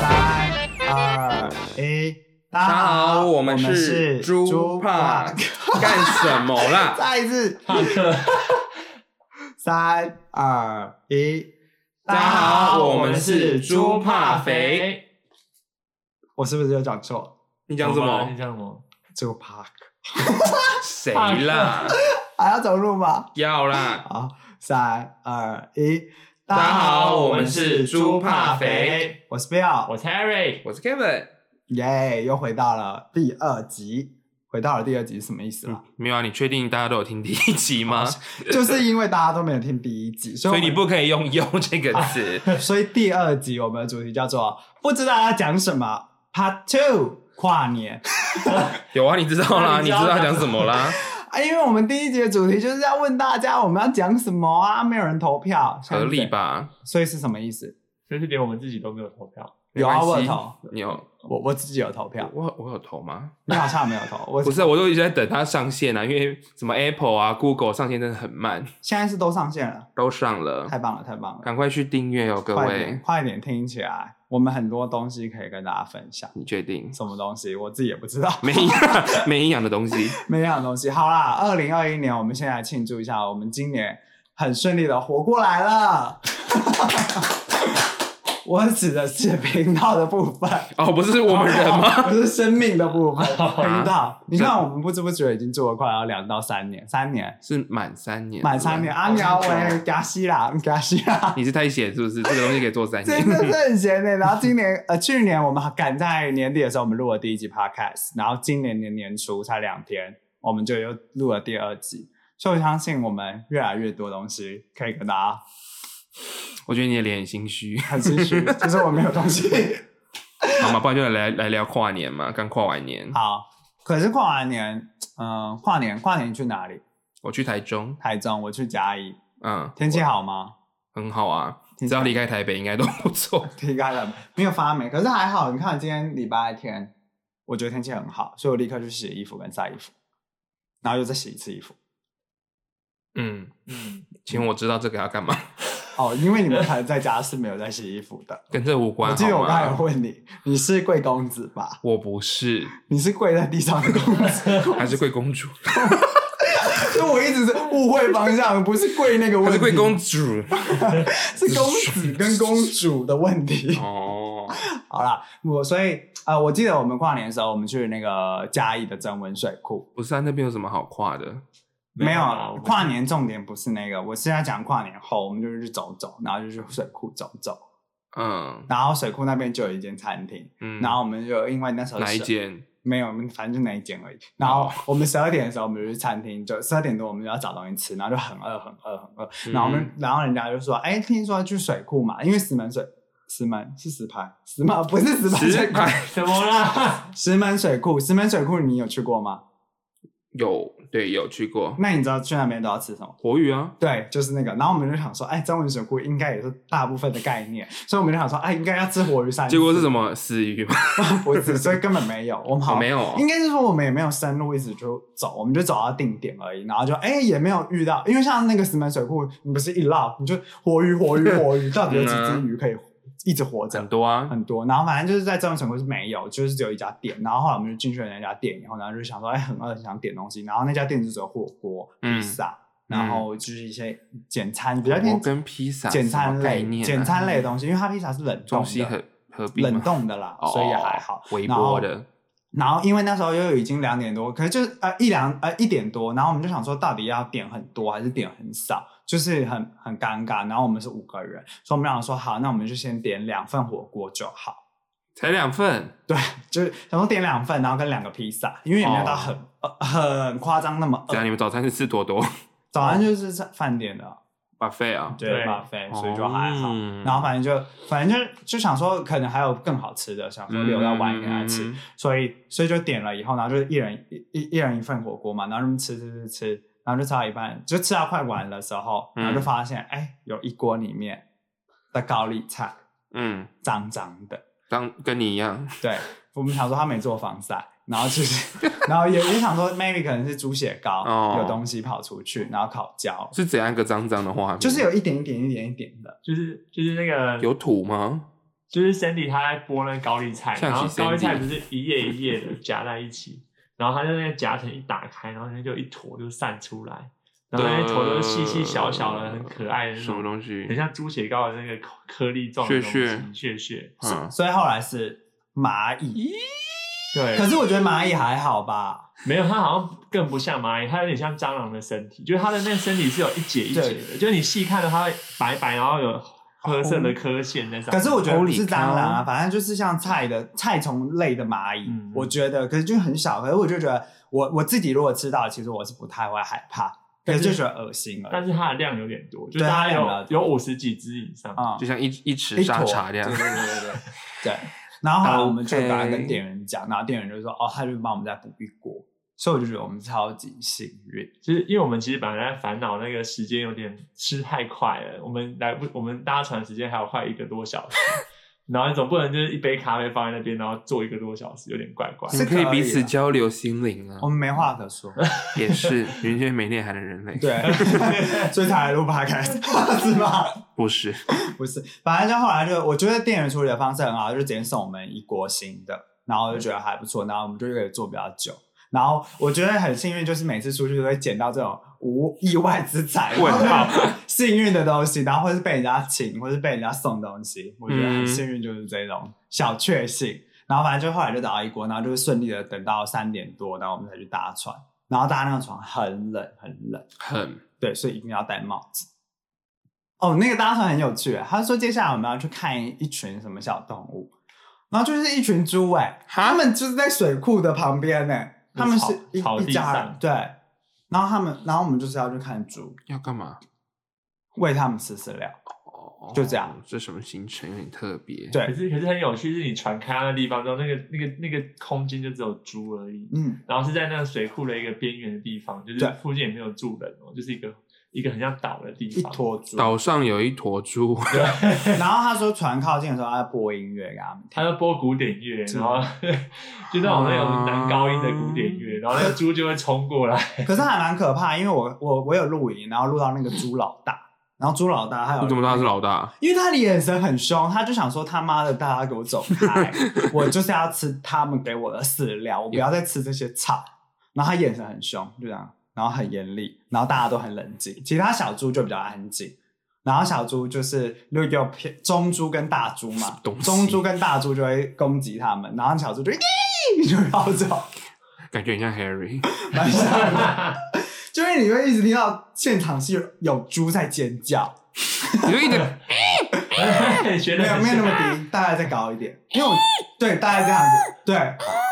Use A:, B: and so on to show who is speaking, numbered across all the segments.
A: 三二一，大
B: 大家好，我们是
A: 是
B: 猪
A: 胖
B: 胖，干什么啦？
A: 再一次，
C: 帕克，
A: 三二一，
B: 大家好我们是猪怕肥。
A: 我是不是有讲错？
B: 你
C: 你
B: 讲什
C: 你
B: 么？
C: 讲什么？
A: 猪胖，
B: 谁啦？
A: 还要走路吗？
B: 要啦！
A: 好，三二一，
B: 大家好我们是猪怕肥，
A: 我是 Bill，
C: 我 Terry，
B: 我是 Kevin，
A: 耶又回到了第二集，回到了第二集是什么意思啦？
B: 没有啊？你确定大家都有听第一集吗？
A: 就是因为大家都没有听第一集，所以
B: 所
A: 我
B: 以你
A: 们
B: 不可以用“ 用”这个词。
A: 所以第二集我们的主题叫做“不知道要讲什么 ”Part Two 跨年
B: 有啊，你知道啦，
C: 你
B: 你
C: 知
B: 知
C: 道
B: 道讲什么啦？
A: 啊，因为我们第一集的主题就是要问大家我们要讲什么啊，没有人投票，
B: 合理？吧？
A: 所以是什么意思？
C: 甚至连我们自己都没有投票。
B: 没
A: 有啊，我
B: 关
A: 有
B: 系
A: 投，
B: 你有
A: 我我自己有投票，
B: 我我有投吗？
A: 你好像没有投，我
B: 不是，我都一直在等它上线啊，因为什么 Apple 啊、Google 上线真的很慢，
A: 现在是都上线了，
B: 都上了，
A: 太棒了，太棒了，
B: 赶快去订阅哦，各
A: 快点
B: 位。
A: 快点听起来，我们很多东西可以跟大家分享，
B: 你确定？
A: 什么东西我自己也不知道，
B: 没营养，没营养的东西。
A: 没样东西。好啦，二零二一年，我们先来庆祝一下，我们今年很顺利的活过来了。 我指的是频道的部分，
B: 哦，不是我们人吗？
A: 不是生命的部分。频道，你看我们不知不觉已经做了快要两到三年，三年
B: 是满三年，
A: 满三年。啊阿苗喂，加西啦，加西啦，
B: 你是太闲是不是？这个东西可以做 三
A: 真
B: 年。
A: 的是很闲的。然后今年 呃，去年我们赶在年底的时候，我们录了第一集 podcast，然后今年年年初才两天，我们就又录了第二集。所以我相信我们越来越多东西可以跟大
B: 我觉得你的脸很心虚，
A: 家很继续，就是我没有东西。
B: 好嘛，不然就来来聊跨年嘛，刚跨完年，
A: 好，可是跨完年，嗯、跨年跨年你去哪里？
B: 我去台中，
A: 台中，我去嘉义，
B: 嗯，
A: 天气好吗？
B: 很好啊，
A: 天
B: 只
A: 气
B: 要离开台北应该都不错。
A: 应该了，没有发霉，可是还好。你看今天礼拜天，我觉得天气很好，所以我立刻去洗衣服跟晒衣服，然后又再洗一次衣服。
B: 嗯，
C: 嗯，
B: 请问我知道这个要干嘛，
A: 哦，因为你们可能在家是没有在洗衣服的。
B: 跟这无关
A: 我记得
B: 好
A: 我刚才有
B: 吗？
A: 问你，你是贵公子吧？
B: 我不是，
A: 你是跪在地上的公子，
B: 还是贵公主，
A: 就我一直是误会方向，不是跪那个问题，
B: 还是贵公 主？
A: 是公子跟公主的问题。
B: 哦，
A: 好啦，我所以呃，我记得我们跨年的时候，我们去那个嘉义的增温水库，
B: 不是啊，那边有什么好跨的？
A: 没有
C: 啊
A: 啊，跨年重点不是那个，我是要讲跨年后，我们就是去走走，然后就去水库走走，
B: 嗯
A: 然后水库那边就有一间餐厅，
B: 嗯，
A: 然后我们就因为那时候
B: 哪一
A: 是？
B: 间？
A: 没有，我们反正就那一间而已。然
B: 哦
A: 后我们十二点的时候，我们就去餐厅，就十二点多我们就要找东西吃，然后就很饿，很饿，很饿。然后我
B: 嗯
A: 们，然后人家就说：“哎，听说要去水库嘛，因为石门水石门是石牌，石门不是石牌
B: 石
A: 水库，
B: 牌
C: 什么啦？
A: 石门水库，石门水库你有去过吗？
B: 有对有去过
A: 那你知道去那边都要吃什么？
B: 国语啊，
A: 对，就是那个。然后我们就想说，哎，中文水库应该也是大部分的概念，所以我们就想说，哎，应该要吃活鱼三。
B: 结果是什么死鱼吗？
A: 么？ 不是，所以根本没有。我们好
B: 我没有哦
A: 应该是说我们也没有深入，一直就走，我们就走到定点而已。然后就哎，也没有遇到，因为像那个石门水库，你不是一捞你就活鱼、活鱼、活鱼，到底有几只鱼可以一直活着
B: 很？多啊，
A: 很多，然后反正就是在中文水库是没有，就是只有一家店。然后后来我们就进去了那家店以后，然后就想说，哎，很饿，想点东西。然后那家店就只有火锅、披
B: 嗯
A: 萨，
B: 嗯
A: 然后就是一些简餐，比较
B: 火锅
A: 偏
B: 跟披萨
A: 简
B: 什
A: 餐
B: 么
A: 类
B: 概、念啊
A: 简餐类的东西，因为它披萨是冷冻
B: 中西合
A: 的，
B: 合并吗
A: 冷冻的啦，
B: 哦
A: 所以也还好。
B: 微
A: 然
B: 波
A: 后
B: 的，
A: 然后因为那时候又已经两点多，可是就是呃一两呃一点多，然后我们就想说到底要点很多还是点很少，就是很很尴尬。然后我们是五个人，所以我们想说好，那我们就先点两份火锅就好。
B: 才两份，
A: 就是想说点两份，然后跟两个披萨，因为也没有到很、呃、很夸张那么饿。
B: 这样啊你们早餐是吃多多
A: 早上就是在饭店的，
B: buffet 啊？
A: 对
C: 对
A: 吧？费，所以就还好。
B: 嗯
A: 然后反正就反正就就想说，可能还有更好吃的，想说留到晚一点来吃。，
B: 嗯
A: 所以所以就点了以后，然后就一人一一一人一份火锅嘛，然后他们吃吃吃吃，然后就吃到一半，就吃到快完的时候，
B: 嗯
A: 然后就发现哎、有一锅里面的高丽菜
B: 嗯，
A: 脏脏的，
B: 当跟你一样，
A: 对我们想说他没做防晒，然后就是， 然后也也想说 maybe 可能是猪血糕、
B: 哦
A: 有东西跑出去，然后烤焦，
B: 是怎样一个脏脏的画面？
A: 就是有一点一点一点一点的，
C: 就是就是那个
B: 有土吗？
C: 就是 Sandy 他在剥那个高丽菜，
B: 像
C: 然后
B: 是
C: 高丽菜
B: Sandy
C: 不是一页一页的夹在一起，然后他就那个夹层一打开，然后那就一坨就散出来，然后那一坨都是细细小小的，很可爱的那
B: 呃什么
C: 种，
B: 东西？
C: 很像猪血糕的那个颗颗粒状的东
B: 屑
C: 西，屑屑，
B: 嗯，
A: 所以后来是蚂蚁。
C: 对
A: 可，是我觉得蚂蚁还好吧，
C: 没有，它好像更不像蚂蚁，它有点像蟑螂的身体，就是它的那个身体是有一节一节的，就是你细看的话，它会白白，然后有褐色的颗线在上
A: 可
C: 面。
A: 是我觉得不是
B: Holy cow
A: 蟑螂啊，反正就是像菜的菜虫类的蚂蚁，
C: 嗯
A: 我觉得，可是就很少。可是我就觉得我我自己如果吃到，其实我是不太会害怕，可是就觉得恶心而已。
C: 但是它的量有点多，就
A: 对
C: 大概
A: 它量
C: 有
A: 比较
C: 有五十几只以上。
A: 啊、
B: 就像一一匙
A: 一
B: 沙
A: 坨
B: 茶这样
A: 对。对对对对 对。然后后来我们就把它
B: OK
A: 跟店员讲，然后店员就说：“哦，他就帮我们再补一锅。”所以我就觉得我们超级幸运。
B: 嗯
C: 就是因为我们其实本来在烦恼那个时间有点吃太快了，我们来不，我们搭船时间还有快一个多小时， 然后你总不能就是一杯咖啡放在那边，然后坐一个多小时，有点怪怪。
B: 你
A: 是
B: 们可以
A: 可以
B: 彼
A: 的
B: 此交流心 灵啊
A: 我，们没话可说，
B: 也是人间没内涵的人类。
A: 对，啊 所以才来录 podcast 是吗？
B: 不是，
A: 不是，反正就后来就我觉得店员处理的方式很好，就直接送我们一锅新的，然后我就觉得还不错，然后我们就可以做比较久。然后我觉得很幸运，就是每次出去都会捡到这种无意外之财，
B: 问号
A: 幸运的东西，然后或是被人家请，或是被人家送东西，我觉得
B: 嗯
A: 很幸运就是这种小确幸。然后反正就后来就打到一锅，然后就是顺利的等到三点多，然后我们才去搭船。然后搭那个船很冷很冷，
B: 很
A: 对，所以一定要戴帽子。哦，那个搭船很有趣，他说接下来我们要去看一群什么小动物，然后就是一群猪哎、
B: 哈
A: 他们就是在水库的旁边呢、他们是一
C: 草
A: 一
C: 地
A: 家人
C: 上
A: 对，然后他们，然后我们就是要去看猪，
B: 要干嘛？
A: 喂他们吃饲料，
B: 哦
A: 就这样。
B: 这什么行程有点特别。
A: 对
C: 可是可是很有趣，是你船开到那地方之后，那个那个那个空间就只有猪而已，
A: 嗯，
C: 然后是在那个水库的一个边缘的地方，就是
A: 对
C: 附近也没有住人哦，就是一个一个很像岛的地
A: 一
C: 方。
A: 坨猪。
B: 岛上有一坨猪，
A: 然后他说船靠近的时候，他在播音乐给他们听，
C: 他就播古典乐，
A: 是啊
C: 然后就那种那种男高音的古典乐，然后那个猪就会冲 过来，
A: 可是还蛮可怕，因为我我我有录影，然后录到那个猪老大，然后猪老大还有
B: 你怎么知道他是老大？
A: 因为他的眼神很凶，他就想说他妈的，大家给我走 开，我就是要吃他们给我的饲料，我不要再吃这些草。然后他眼神很凶，就这样，然后很严厉，然后大家都很冷静，其他小猪就比较安静。然后小猪就是又又偏中猪跟大猪
B: 什么
A: 嘛
B: 东，西
A: 中猪跟大猪就会攻击他们，然后小猪就就绕 走，
B: 感觉很像 Harry。
A: 蛮像的，就是你会一直听到现场是有猪在尖叫，
B: 你就 一直
C: 学的
A: 没有没有那么低，大概再高一 点，因为我对大概这样子，对，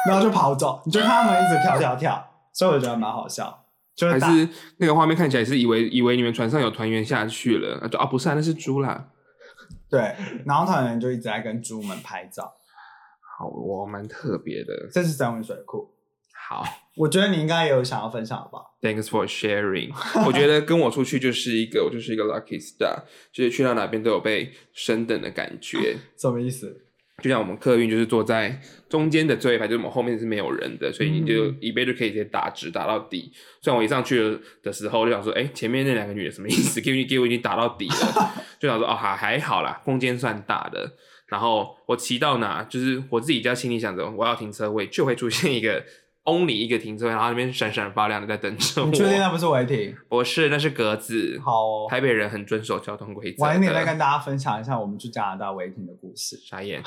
A: 然后就跑走，你就看他们一直跳跳跳，所以我觉得蛮好笑，就是
B: 还
A: 大
B: 是那个画面看起来是以为以为你们船上有团员下去了，啊就啊不是啊，那是猪啦。
A: 对，然后团员就一直在跟猪们拍照，
B: 好哦，蛮特别的。
A: 这是三文水库，
B: 好
A: 我觉得你应该也有想要分享的吧？
B: ，Thanks for sharing。我 觉得跟我出去就是一个我就是一个 lucky star，就是去到哪边都有被升等的感觉。
A: 什么意思？
B: 就像我们客运就是坐在中间的最后一排，就是我们后面是没有人的，所以你就
C: 嗯
B: 椅背就可以直接打直打到底。虽然我一上去了的时候就想说，哎、前面那两个女的什么意思？给我给我已经打到底了，就想说哦还还好啦，空间算大的。然后我骑到哪，就是我自己家心里想着我要停车位，就会出现一个 only 一个停车位，然后那边闪闪发亮的在等着我
A: 你。确定啊那不是违停？
B: 不是，那是格子。
A: 好哦，
B: 台北人很遵守交通规则的。
A: 晚一点再跟大家分享一下我们去加拿大违停的故事。
B: 傻眼。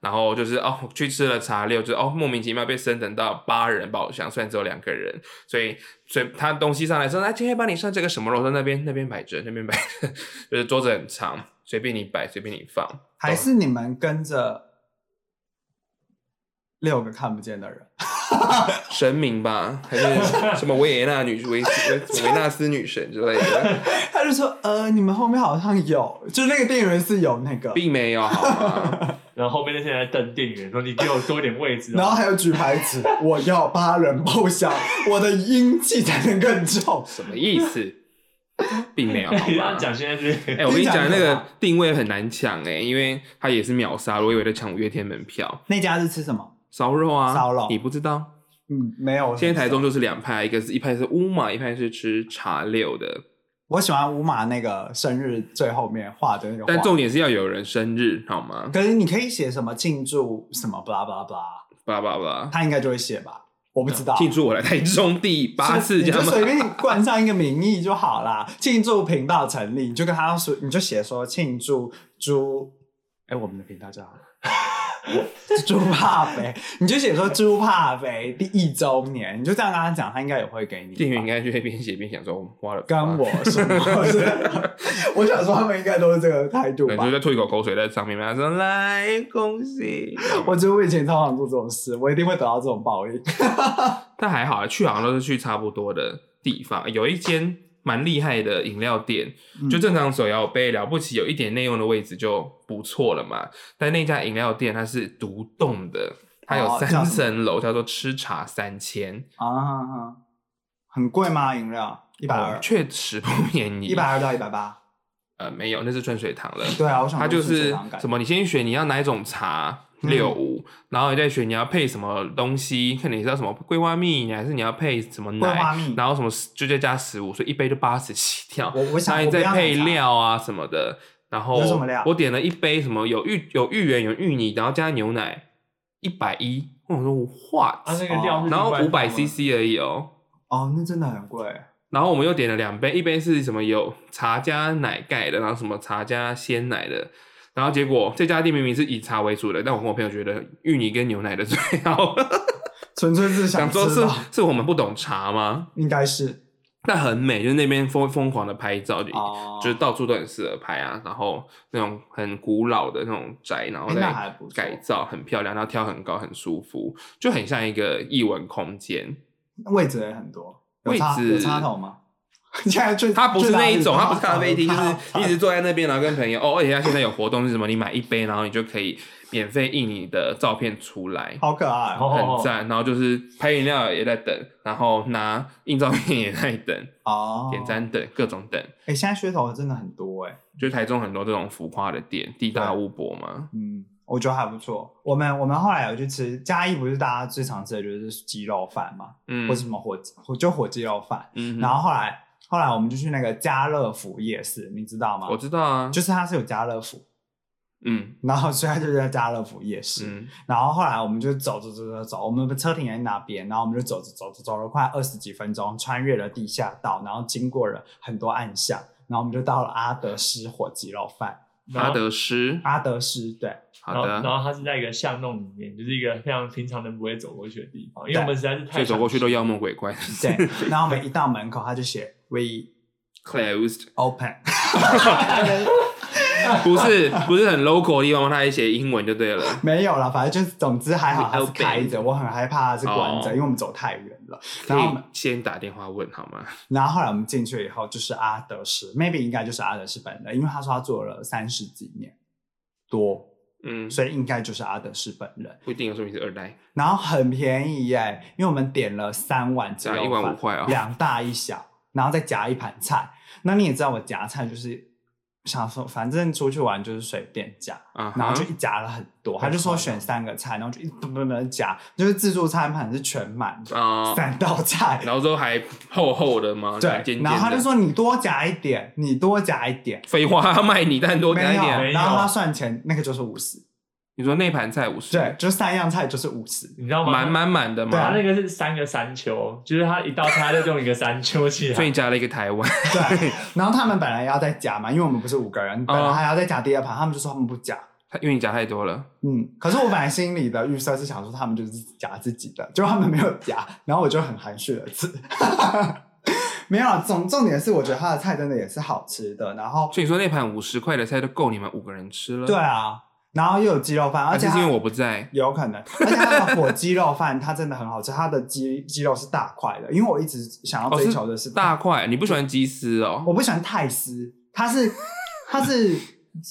B: 然后就是哦，去吃了茶六，就哦莫名其妙被升等到八人包厢，虽然只有两个人，所以所以他东西上来说，那、今天帮你上这个什么了？我说那边那边摆着，那边摆着，就是桌子很长，随便你摆，随便你放。
A: 还是你们跟着六个看不见的人？
B: 神明吧，还是什么维也纳女维维维纳斯女神之类的，
A: 他就说：“呃，你们后面好像有，就是那个店员是有那个，
B: 并没有好吗？
C: 然后后面那些人在瞪店员说：“你给我多一点位置、
A: 然后
C: 哦。
A: 还有举牌子，我要八人包厢，我的阴气才能更重。
B: 什么意思？并没有，好
C: 这
B: 吧
C: 样？讲现 在是
B: 哎、我跟你讲，那
A: 听起来
B: 个
A: 很
B: 定位很难抢哎、因为他也是秒杀，我以为在抢五月天门票，
A: 那家是吃什么？
B: 烧肉啊，
A: 烧肉
B: 你不知道？
A: 嗯，没有。
B: 现在台中就是两派，一个是一派是乌马，一派是吃茶六的，
A: 我喜欢五马那个生日最后面画的那个画，
B: 但重点是要有人生日，好吗？
A: 可是你可以写什么庆祝什么 blah blah blah，
B: 叭叭叭，
A: 他应该就会写吧？我不知道。
B: 庆祝我来台中 第八次，
A: 你
B: 这
A: 就
B: 样吗？
A: 随 便冠上一个名义就好啦。庆祝频道成立，你就跟他说，你就写说庆祝猪，哎、我们的频道叫 什么猪怕肥，你就写说猪怕肥第一周年，你就这样跟他讲，他应该也会给你吧。
B: 店员应该就会边写边想说，我的
A: 跟我什么 事？ 我想说他们应该都是这个态度
B: 可
A: 吧
B: 能就。在吐一口口水在上面，然后说来 恭喜。
A: 我觉得我以前超常做这种事，我一定会得到这种报应。
B: 但还好，去好像都是去差不多的地方。有一间蛮厉害的饮料店，嗯
A: 嗯
B: 就正常手摇杯，了不起有一点内用的位置就不错了嘛。但那家饮料店它是独栋的，它有
A: 哦
B: 三
A: 叫什么
B: 层楼，叫做吃茶三千，
A: 啊哈哈，很贵吗？饮料一百
B: 哦
A: 二，
B: 确 实不便宜。
A: 一百二到一百八。
B: 呃没有，那是春水堂了。
A: 对啊，我想
B: 它就
A: 说是
B: 是
A: 正常感
B: 什么，你先选你要哪一种茶
A: 嗯
B: 六五，然后你再选你要配什么东西，看你是要什么桂花蜜，还是你要配什么
A: 桂花
B: 奶，
A: 蜜。
B: 然后什么就再加十五，所以一杯就八十起跳，
A: 我我
B: 然
A: 想
B: 后
A: 我
B: 你
A: 不
B: 再
A: 要
B: 配
A: 奶茶，
B: 料啊什么的，然后
A: 有什么料
B: 我点了一杯什么有芋有芋圆有芋泥，然后加牛奶一百一，我想说
A: 啊
B: 哇，
C: 它那个料是
B: 哦然后五
C: 另外
B: 百
C: 一种吗
B: CC 而已哦。
A: 哦，那真的很贵。
B: 然后我们又点了两杯，一杯是什么有茶加奶盖的，然后什么茶加鲜奶的，然后结果这家店明明是以茶为主的，但我跟我朋友觉得芋泥跟牛奶的 最好，
A: 纯粹是
B: 想
A: 吃
B: 说是
A: 吧
B: 是我们不懂茶吗？
A: 应该是
B: 但很美，就是那边疯疯狂的拍照，就
A: 哦，
B: 就是到处都很适合拍啊，然后那种很古老的那种宅，然后
A: 哎那还
B: 再
A: 不错
B: 改造很漂亮，然后挑很高很舒服，就很像一个艺文空间。
A: 位置也很多，有
B: 位
A: 插
B: 置
A: 有插头 吗？现在最
B: 它不是那一
A: 最
B: 种，它
A: 大
B: 不
A: 的
B: 是咖啡厅，就是
A: 插
B: 一直坐在那边，然后跟朋友哦，而且它现在有活动是什么？你买一杯，然后你就可以免费印你的照片出来，
A: 好可爱哦
C: 哦
B: 很赞。然后就是拍饮料也在等，然后拿印照片也在等，
A: 哦。
B: 点餐等，各种等。
A: 哎，现在噱头真的很多哎，
B: 就台中很多这种浮夸的店，地大物博嘛。
A: 嗯，我觉得还不错。我们我们后来有去吃嘉义，不是大家最常吃的就是鸡肉饭嘛，
B: 嗯
A: 或是什么火鸡火就火鸡肉饭。
B: 嗯，
A: 然后后来后来我们就去那个家乐福夜市，你知道吗？
B: 我知道啊，
A: 就是它是有家乐福，
B: 嗯
A: 然后所以它就在家乐福夜市。
B: 嗯，
A: 然后后来我们就走走走走走，我们车停在那边，然后我们就走走走走走了快二十几分钟，穿越了地下道，然后经过了很多暗巷，然后我们就到了阿德师火鸡肉饭。
C: 然后
B: 阿德师，
A: 阿德师对，
B: 好
C: 然后
B: 的，啊
C: 然后它是在一个巷弄里面，就是一个非常平常人不会走过去的地方，因为
A: 对
C: 我们实在是太
B: 所以走过去都
C: 想
B: 妖魔鬼怪。
A: 对，然后我们一到门口，他就写 “We
B: Closed，
A: open”，
B: 不是不是很 local 的地方，他还写英文就对了。
A: 没有了，反正就是总之还好它
B: We
A: 是
B: open
A: 开着，我很害怕它是关着，
B: 哦
A: 因为我们走太远了。
B: 可
A: 然后我
B: 以
A: 们，
B: 先打电话问好吗？
A: 然后后来我们进去以后，就是阿德师，maybe 应该就是阿德师本人，因为他说他做了三十几年多，
B: 嗯，
A: 所以应该就是阿德师本人。
B: 不一定，说明是二代。
A: 然后很便宜耶、因为我们点了三碗鸡肉
B: 这
A: 饭，
B: 样一碗五块哦
A: 两大一小，然后再夹一盘菜。那你也知道我夹菜就是想说，反正出去玩就是随便夹，
B: 啊
A: 然
B: 哈
A: 后就一夹了很多。他就
C: 好
A: 说
C: 的
A: 选三个菜，然后就一噔噔噔夹，就是自助餐盘是全满的，
B: 啊，
A: 三道菜。
B: 然后之后还厚厚的吗？
A: 对，
B: 尖尖的
A: 然后他就说你多夹一点，你多夹一点，
B: 废话，他卖你蛋多加
A: 没
B: 一
A: 有
B: 点。
C: 没，
A: 然后
C: 有
A: 他算钱那个就是五十，
B: 你说那盘菜五十，
A: 对，就三样菜就是五十，
C: 你知道吗？
B: 满满满的
A: 对啊
B: 嘛
C: 它，那个是三个山丘，就是它一道菜它就用一个山丘起
B: 所以
C: 来，
B: 你加了一个台湾。
A: 对，然后他们本来要再夹嘛，因为我们不是五个人，本
B: 啊
A: 来还要再夹第二盘，他们就说他们不夹。
B: 因为你加太多了，
A: 嗯，可是我本来心里的预设是想说他们就是夹自己的，结果他们没有夹，然后我就很含蓄的吃。 没有啦，重重点是我觉得他的菜真的也是好吃的，然后
B: 所以你说那盘五十块的菜都够你们五个人吃了。
A: 对，啊，然后又有鸡肉饭，而
B: 而
A: 且
B: 且是
A: 它
B: 因为啊我不在，
A: 有可能，而且它的火鸡肉饭它真的很好吃，它的鸡鸡肉是大块的，因为我一直想要
B: 哦
A: 追求的是
B: 大块，你不喜欢鸡丝哦
A: 我？不喜欢泰丝，它是它是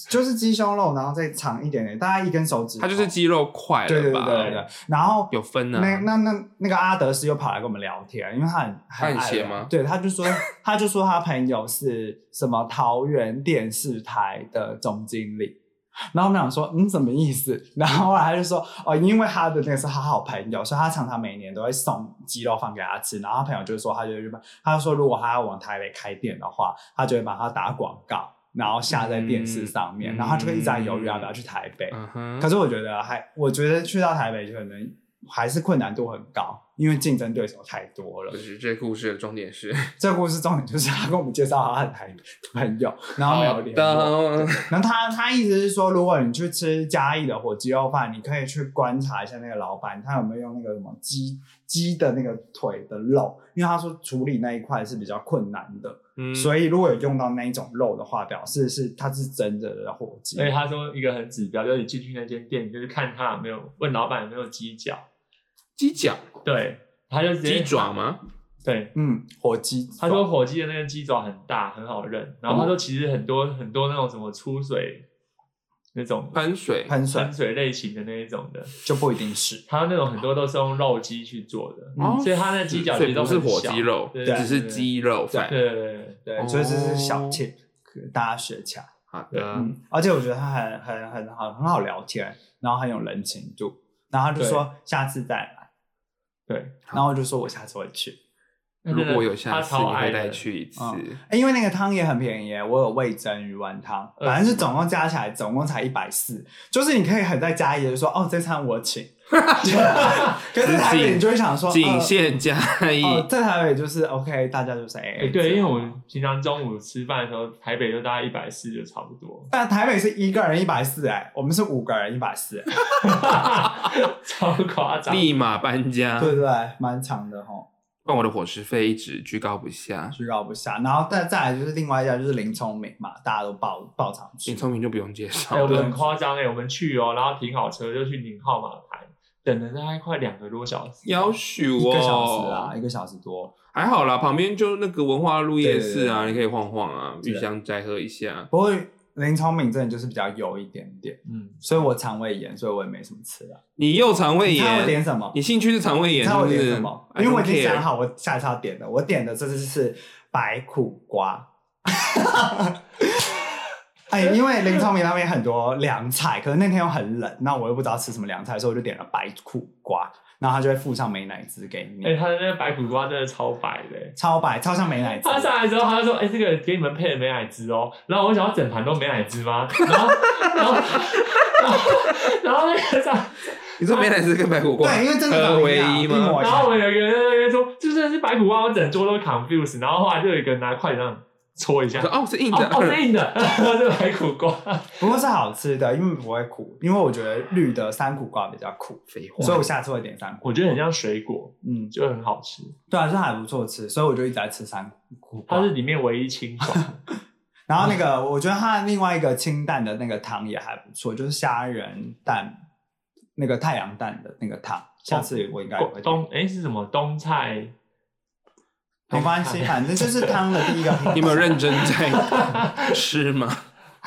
A: 就是鸡胸肉，然后再长一点点，大概一根手指头。
B: 它就是鸡肉块
A: 对对
B: 了
A: 哦对
B: 吧？
A: 对对。然后
B: 有分啊呢、
A: 那那那那个阿德斯又跑来跟我们聊天，因为他很
B: 他很
A: 爱聊
B: 闲吗
A: 对，他就 说他就说他朋友是什么桃园电视台的总经理。然后我们想说，嗯，什么意思？ 然后后来他就说，哦，因为他的那个是他好朋友，所以他常常每年都会送鸡肉饭给他吃。然后他朋友就说，他就去买，他就说如果他要往台北开店的话，他就会把它打广告，然后下在电视上面，
B: 嗯
A: 然后他就会一直在犹豫要不要去台北。
B: 嗯哼，
A: 可是我觉得还，我觉得去到台北可能还是困难度很高，因为竞争对手太多了
B: 我。觉得这故事的重点是，
A: 这个故事重点就是他跟我们介绍他的台朋友，然后没有
B: 好
A: 联络。
B: 的，
A: 然后他他意思是说，如果你去吃嘉义的火鸡肉饭，你可以去观察一下那个老板，他有没有用那个什么鸡鸡的那个腿的肉，因为他说处理那一块是比较困难的，
B: 嗯，
A: 所以如果有用到那一种肉的话，表示是它是真的的火 鸡。
C: 所以哎他说一个很指标，就是你进去那间店，你就是看他有没有问老板有没有鸡脚，
B: 鸡脚、
C: 对，他就直接
B: 鸡爪？吗？
C: 对，
A: 嗯，火鸡。
C: 他说火鸡的那个鸡爪很大，很好认。然后他说其实很多、很多那种什么出水那种
B: 喷水，
A: 喷水
C: 喷水类型的那一种的，
A: 就不一定是。
C: 他那种很多都是用肉鸡去做的，
A: 嗯
B: 哦
C: 所以他那鸡脚
B: 所
C: 其
B: 以
C: 实
B: 不
C: 都
B: 是
C: 很
B: 火
C: 小
B: 鸡肉，
C: 对
B: 只是鸡肉饭。
C: 对对对
A: 对，
B: 哦
A: 所以这是小 tip，大家学起来。
B: 好
C: 对
B: 的，
A: 嗯，而且我觉得他很很很好，很好聊天，然后很有人情度。然后他就说下次再来，
C: 对。
A: 然后我就说我下次会去。
B: 如果有下
C: 他
B: 次，
C: 超
B: 你
C: 爱
B: 会
C: 的
B: 再去一次。
A: 嗯哎，因为那个汤也很便宜耶，我有味噌鱼丸汤，
C: 呃
A: 反正是总共加起来总共才一百四，就是你可以很在家里就说哦这餐我请，可是台北你就会想说
B: 仅
A: 呃
B: 限嘉义，
A: 哦在台北就是 OK，大家就是哎，
C: 哎、对，因为我们平常中午吃饭的时候，台北就大概一百四就差不多
A: 但台北是一个人一百四哎，我们是五个人一百四，哎
C: 超夸张。
B: 立马搬
A: 哦
B: 家，
A: 对对对，蛮长的吼。
B: 但我的伙食费一直居高不下。
A: 居高不下。然后再再来就是另外一家就是林聪明嘛，大家都爆爆场去
B: 林。聪明就不用介绍
C: 哎、我
B: 了，
C: 们很夸张哎，我们去哦，然后停好车就去领号码牌，等了大概快两个多小时。
B: 要许
A: 一个小时啊，
B: 哦，
A: 一个小时多。
B: 还好啦，旁边就那个文化路夜市啊，
A: 对对对
B: 你可以晃晃啊，
A: 是
B: 玉
A: 的
B: 香斋喝一下。
A: 不过林聪明真的就是比较油一点点，
C: 嗯，
A: 所以我肠胃炎，所以我也没什么吃的。
B: 你又肠胃
A: 你猜我
B: 炎，
A: 点什么？
B: 你兴趣是肠胃
A: 你
B: 炎，
A: 猜我
B: 是不
A: 点
B: 是
A: 什么？？
B: I
A: 因为我已
B: don't
A: 经
B: care
A: 想好我下次要点的，我点的这次是白苦瓜。哎，因为林聪明那边很多凉菜，可是那天又很冷，那我又不知道吃什么凉菜，所以我就点了白苦瓜，然后他就会附上美乃滋给你。
C: 哎、他的那个白苦瓜真的超白的欸。
A: 超白，超像美乃滋。
C: 他上来之后，他就说：“哎、这个给你们配了美乃滋哦。”然后我想要整盘都美乃滋吗？然后，然后，然后，然后那个上，
B: 你说美乃滋跟白苦瓜
A: 对，因为真的
B: 合
A: 长得
B: 为
A: 样
B: 一
A: 一
B: 吗？
A: 模一
C: 然后我
A: 样
C: 们有一个人在那边说：“这真的是白苦瓜，我整桌都 confuse。”然后后来就有一个人拿筷子这样戳一下
B: 我说， 哦，是硬
C: 哦
B: 的，，
C: 哦是硬的， 是白苦瓜。
A: 不过是好吃的，因为不会苦，因为我觉得绿的三苦瓜比较苦，
B: 废话，
A: 所以我下次会点三苦。
C: 我觉得很像水果，
A: 嗯，
C: 就很好吃。
A: 对啊，这还不错吃，所以我就一直在吃三苦瓜
C: 它。是里面唯一清爽 的。
A: 然后那个，我觉得它另外一个清淡的那个汤也还不错，就是虾仁蛋那个太阳蛋的那个汤。下次我应该也会
B: 哦
C: 广
A: 点。
C: 东哎、是什么东菜？
A: 没关系，反正就是汤的第一个品
B: 你有没有认真在吃吗？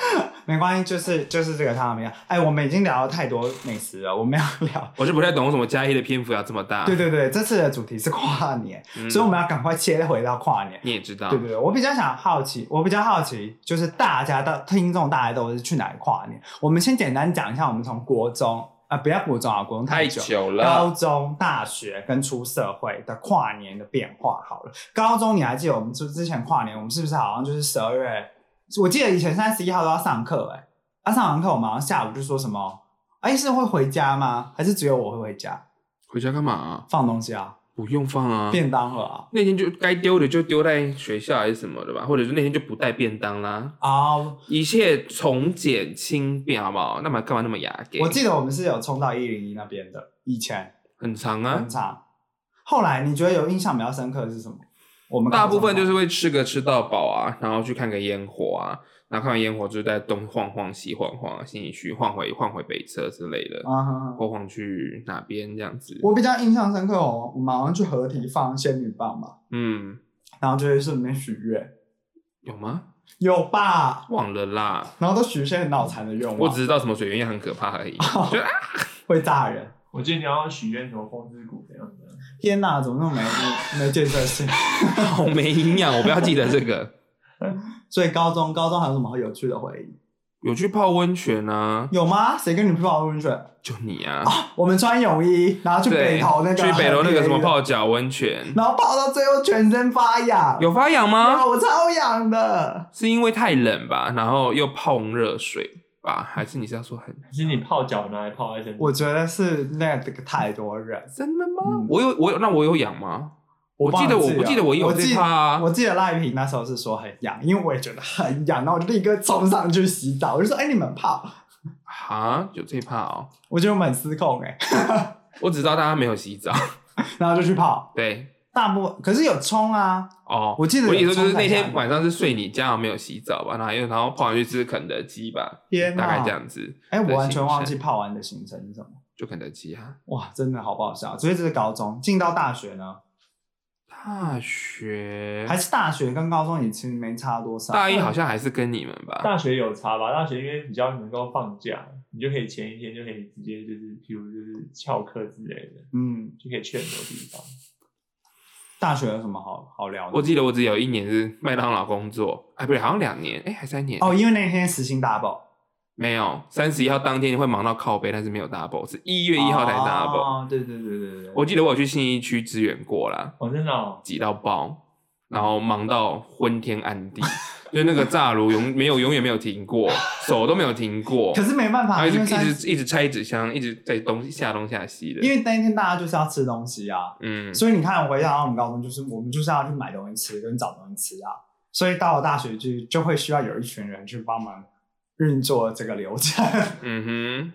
A: 没关系，就是就是这个汤怎么样？哎，我们已经聊了太多美食了，我们要 聊。
B: 我是不太懂为什么嘉义的篇幅要这么大。
A: 对对对，这次的主题是跨年，
B: 嗯
A: 所以我们要赶快切回到跨年。
B: 你也知道
A: 对，对对，我比较想好奇，我比较好奇，就是大家的听众大家都是去哪里跨年？我们先简单讲一下，我们从国中啊、不要国中啊，国中
B: 太
A: 久。
B: 久
A: 高
B: 了，
A: 中、大学跟出社会的跨年的变化，好了，高中你还记得我们之之前跨年，我们是不是好像就是十二月？我记得以前三十一号都要上课、欸，哎，啊，上完课我们好像下午就说什么，哎、是会回家吗？还是只有我会回家
B: 回家干嘛啊？
A: 放东西啊，
B: 不用放啊。
A: 便当盒啊？
B: 那天就该丢的就丢在学校还是什么的吧，或者是那天就不带便当啦，
A: 哦，
B: 一切从简轻便，好不好？那么干嘛那么雅给？
A: 我记得我们是有冲到一零一那边的，以前
B: 很长啊
A: 很，长。后来你觉得有印象比较深刻的是什么？我们高
B: 大
A: 中
B: 部分
A: 的
B: 就是会吃个吃到饱啊，然后去看个烟火啊，然后看完烟火就在东晃晃西晃晃，新一区晃回晃回北侧之类的，
A: 啊哈哈，
B: 或晃去哪边这样子。
A: 我比较印象深刻哦，我们好像去合体放仙女棒嘛，
B: 嗯，
A: 然后就是顺便许愿，
B: 有吗？
A: 有吧？
B: 忘了啦。
A: 然后都许一些很脑残的愿望，
B: 我只知道什么水鸳鸯很可怕 而已。就 啊
A: 会炸人。
C: 我记得你要许愿什么风之谷怎样的，
A: 天哪，怎么那么没没建设性？
B: 好没营养，我不要记得这个。
A: 所以高中高中还有什么有趣的回忆？
B: 有去泡温泉啊？
A: 有吗？谁跟你去泡温泉？
B: 就你啊，
A: 我们穿泳衣，然后去北
B: 对
A: 头那个，
B: 去北楼那个什么，泡脚温泉，
A: 然后泡到最后全身发痒，
B: 有发痒吗？
A: 啊，我超痒的。
B: 是因为太冷吧，然后又碰热水
A: 嗯
B: 吧？还是你是要说很
C: 还是你泡脚拿来泡在身体？
A: 我觉得是那个太多人，
B: 真的吗？
A: 嗯
B: 我有我有那我有痒吗？我
A: 忘
B: 记
A: 记
B: 得我不记得
A: 我
B: 我有这
A: 记
B: 趴啊
A: 我记得赖平那时候是说很痒，因为我也觉得很痒，然后我就立刻冲上去洗澡，我就说：“哎、你们泡。
B: 哈，有这趴哦。”
A: 我觉得我们很失控哎、
B: 我只知道大家没有洗澡，
A: 然后就去泡。
B: 对
A: 大部分可是有冲啊，
B: 哦。
A: 我记得
B: 我跟你
A: 有
B: 说就
A: 冲
B: 是
A: 感
B: 那天
A: 觉
B: 晚上是睡你家，没有洗澡吧？然后又然后跑完去吃肯德基吧，
A: 天哪
B: 大概这样子。
A: 哎、我完
B: 对
A: 全忘记泡完的行程是什么。
B: 就肯德基啊。
A: 哇，真的好不好笑？所以这是高中，进到大学呢，
B: 大学
A: 还是大学跟高中也其实没差多少。
B: 大一好像还是跟你们吧，
C: 大学有差吧？大学因为比较能够放假，你就可以前一天就可以直接就是，譬如就是翘课之类的，
A: 嗯，
C: 就可以去很多地方。
A: 大学有什么好好聊
B: 我
A: 的？
B: 记得我只有一年是麦当劳工作，哎，不对，好像两年，哎，还三年，
A: 哦，因为那天时薪大爆，
B: 没有，三十一号当天会忙到靠背，但是没有 double，是一月一号才 double。
A: 哦，对对对对对，
B: 我记得我有去信义区支援过啦，
C: 哦，真的、哦，
B: 挤到爆，然后忙到昏天暗地，就那个炸炉永 没有永远没有停过，手都没有停过
A: 可，是没办
B: 然后
A: 法，因
B: 一直
A: 为三
B: 一直一直拆纸箱，一直在东西下东下西的
A: 因，为那一天大家就是要吃东西啊，
B: 嗯，
A: 所以你看，我回想到我们高中，就是我们就是要去买东西吃跟找东西吃啊，所以到了大学就就会需要有一群人去帮忙运作这个流程。
B: 嗯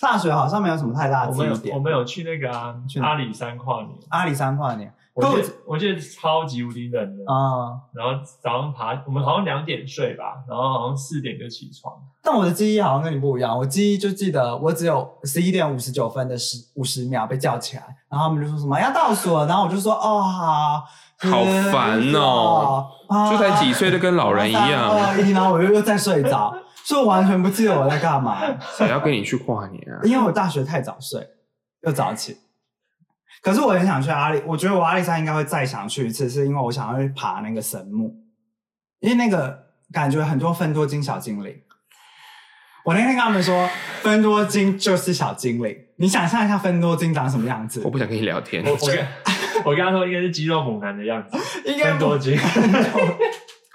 A: 大学好像没有什么太大的
C: 我
A: 记
C: 们
A: 忆
C: 有我
A: 点。
C: 们有去那个啊
A: 去哪
C: 阿里山跨年，
A: 阿里山跨年，
C: 我记
A: 可
C: 得我记得超级无敌冷的，
A: 嗯，
C: 然后早上爬，我们好像两点睡吧，然后好像四点就起床。
A: 但我的记忆好像跟你不一样，我记忆就记得我只有十一点五十九分的十五十秒被叫起来，然后他们就说什么要倒数了，然后我就说哦好，
B: 好烦哦哼，
A: 啊哦
B: 就才几岁就跟老人一 样，
A: 三二一然后我又又在睡着，所以我完全不记得我在干嘛，
B: 谁要跟你去跨年啊？
A: 因为我大学太早睡，又早起。可是我很想去阿里，我觉得我阿里山应该会再想去一次，是因为我想要去爬那个神木，因为那个感觉很多分多金小精灵。我那天跟他们说，分多金就是小精灵，你想象一下分多金长什么样子
B: 我？不想跟你聊天
C: 我，我跟 我跟他说应该是肌肉猛男的样子，
A: 应该
C: 分
A: 不
C: 多金。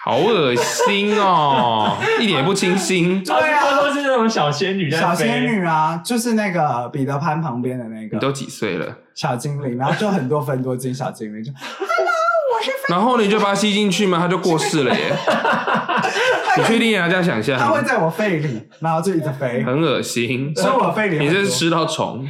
B: 好恶心哦，一点也不清新，
A: 对啊
C: 他说是那种小仙女在飞
A: 小仙，女啊，就是那个彼得潘旁边的那
B: 你
A: 个
B: 都几岁了？
A: 小精灵，然后就很多分多金小精 灵，就
B: 然后你就把它吸进去吗？它就过世了 耶！你确定人家想象
A: 它会
B: 吗？
A: 在我肺里，然后就一直飞，
B: 很恶心，
A: 所以我肺里很
B: 你这
A: 多
B: 是吃到虫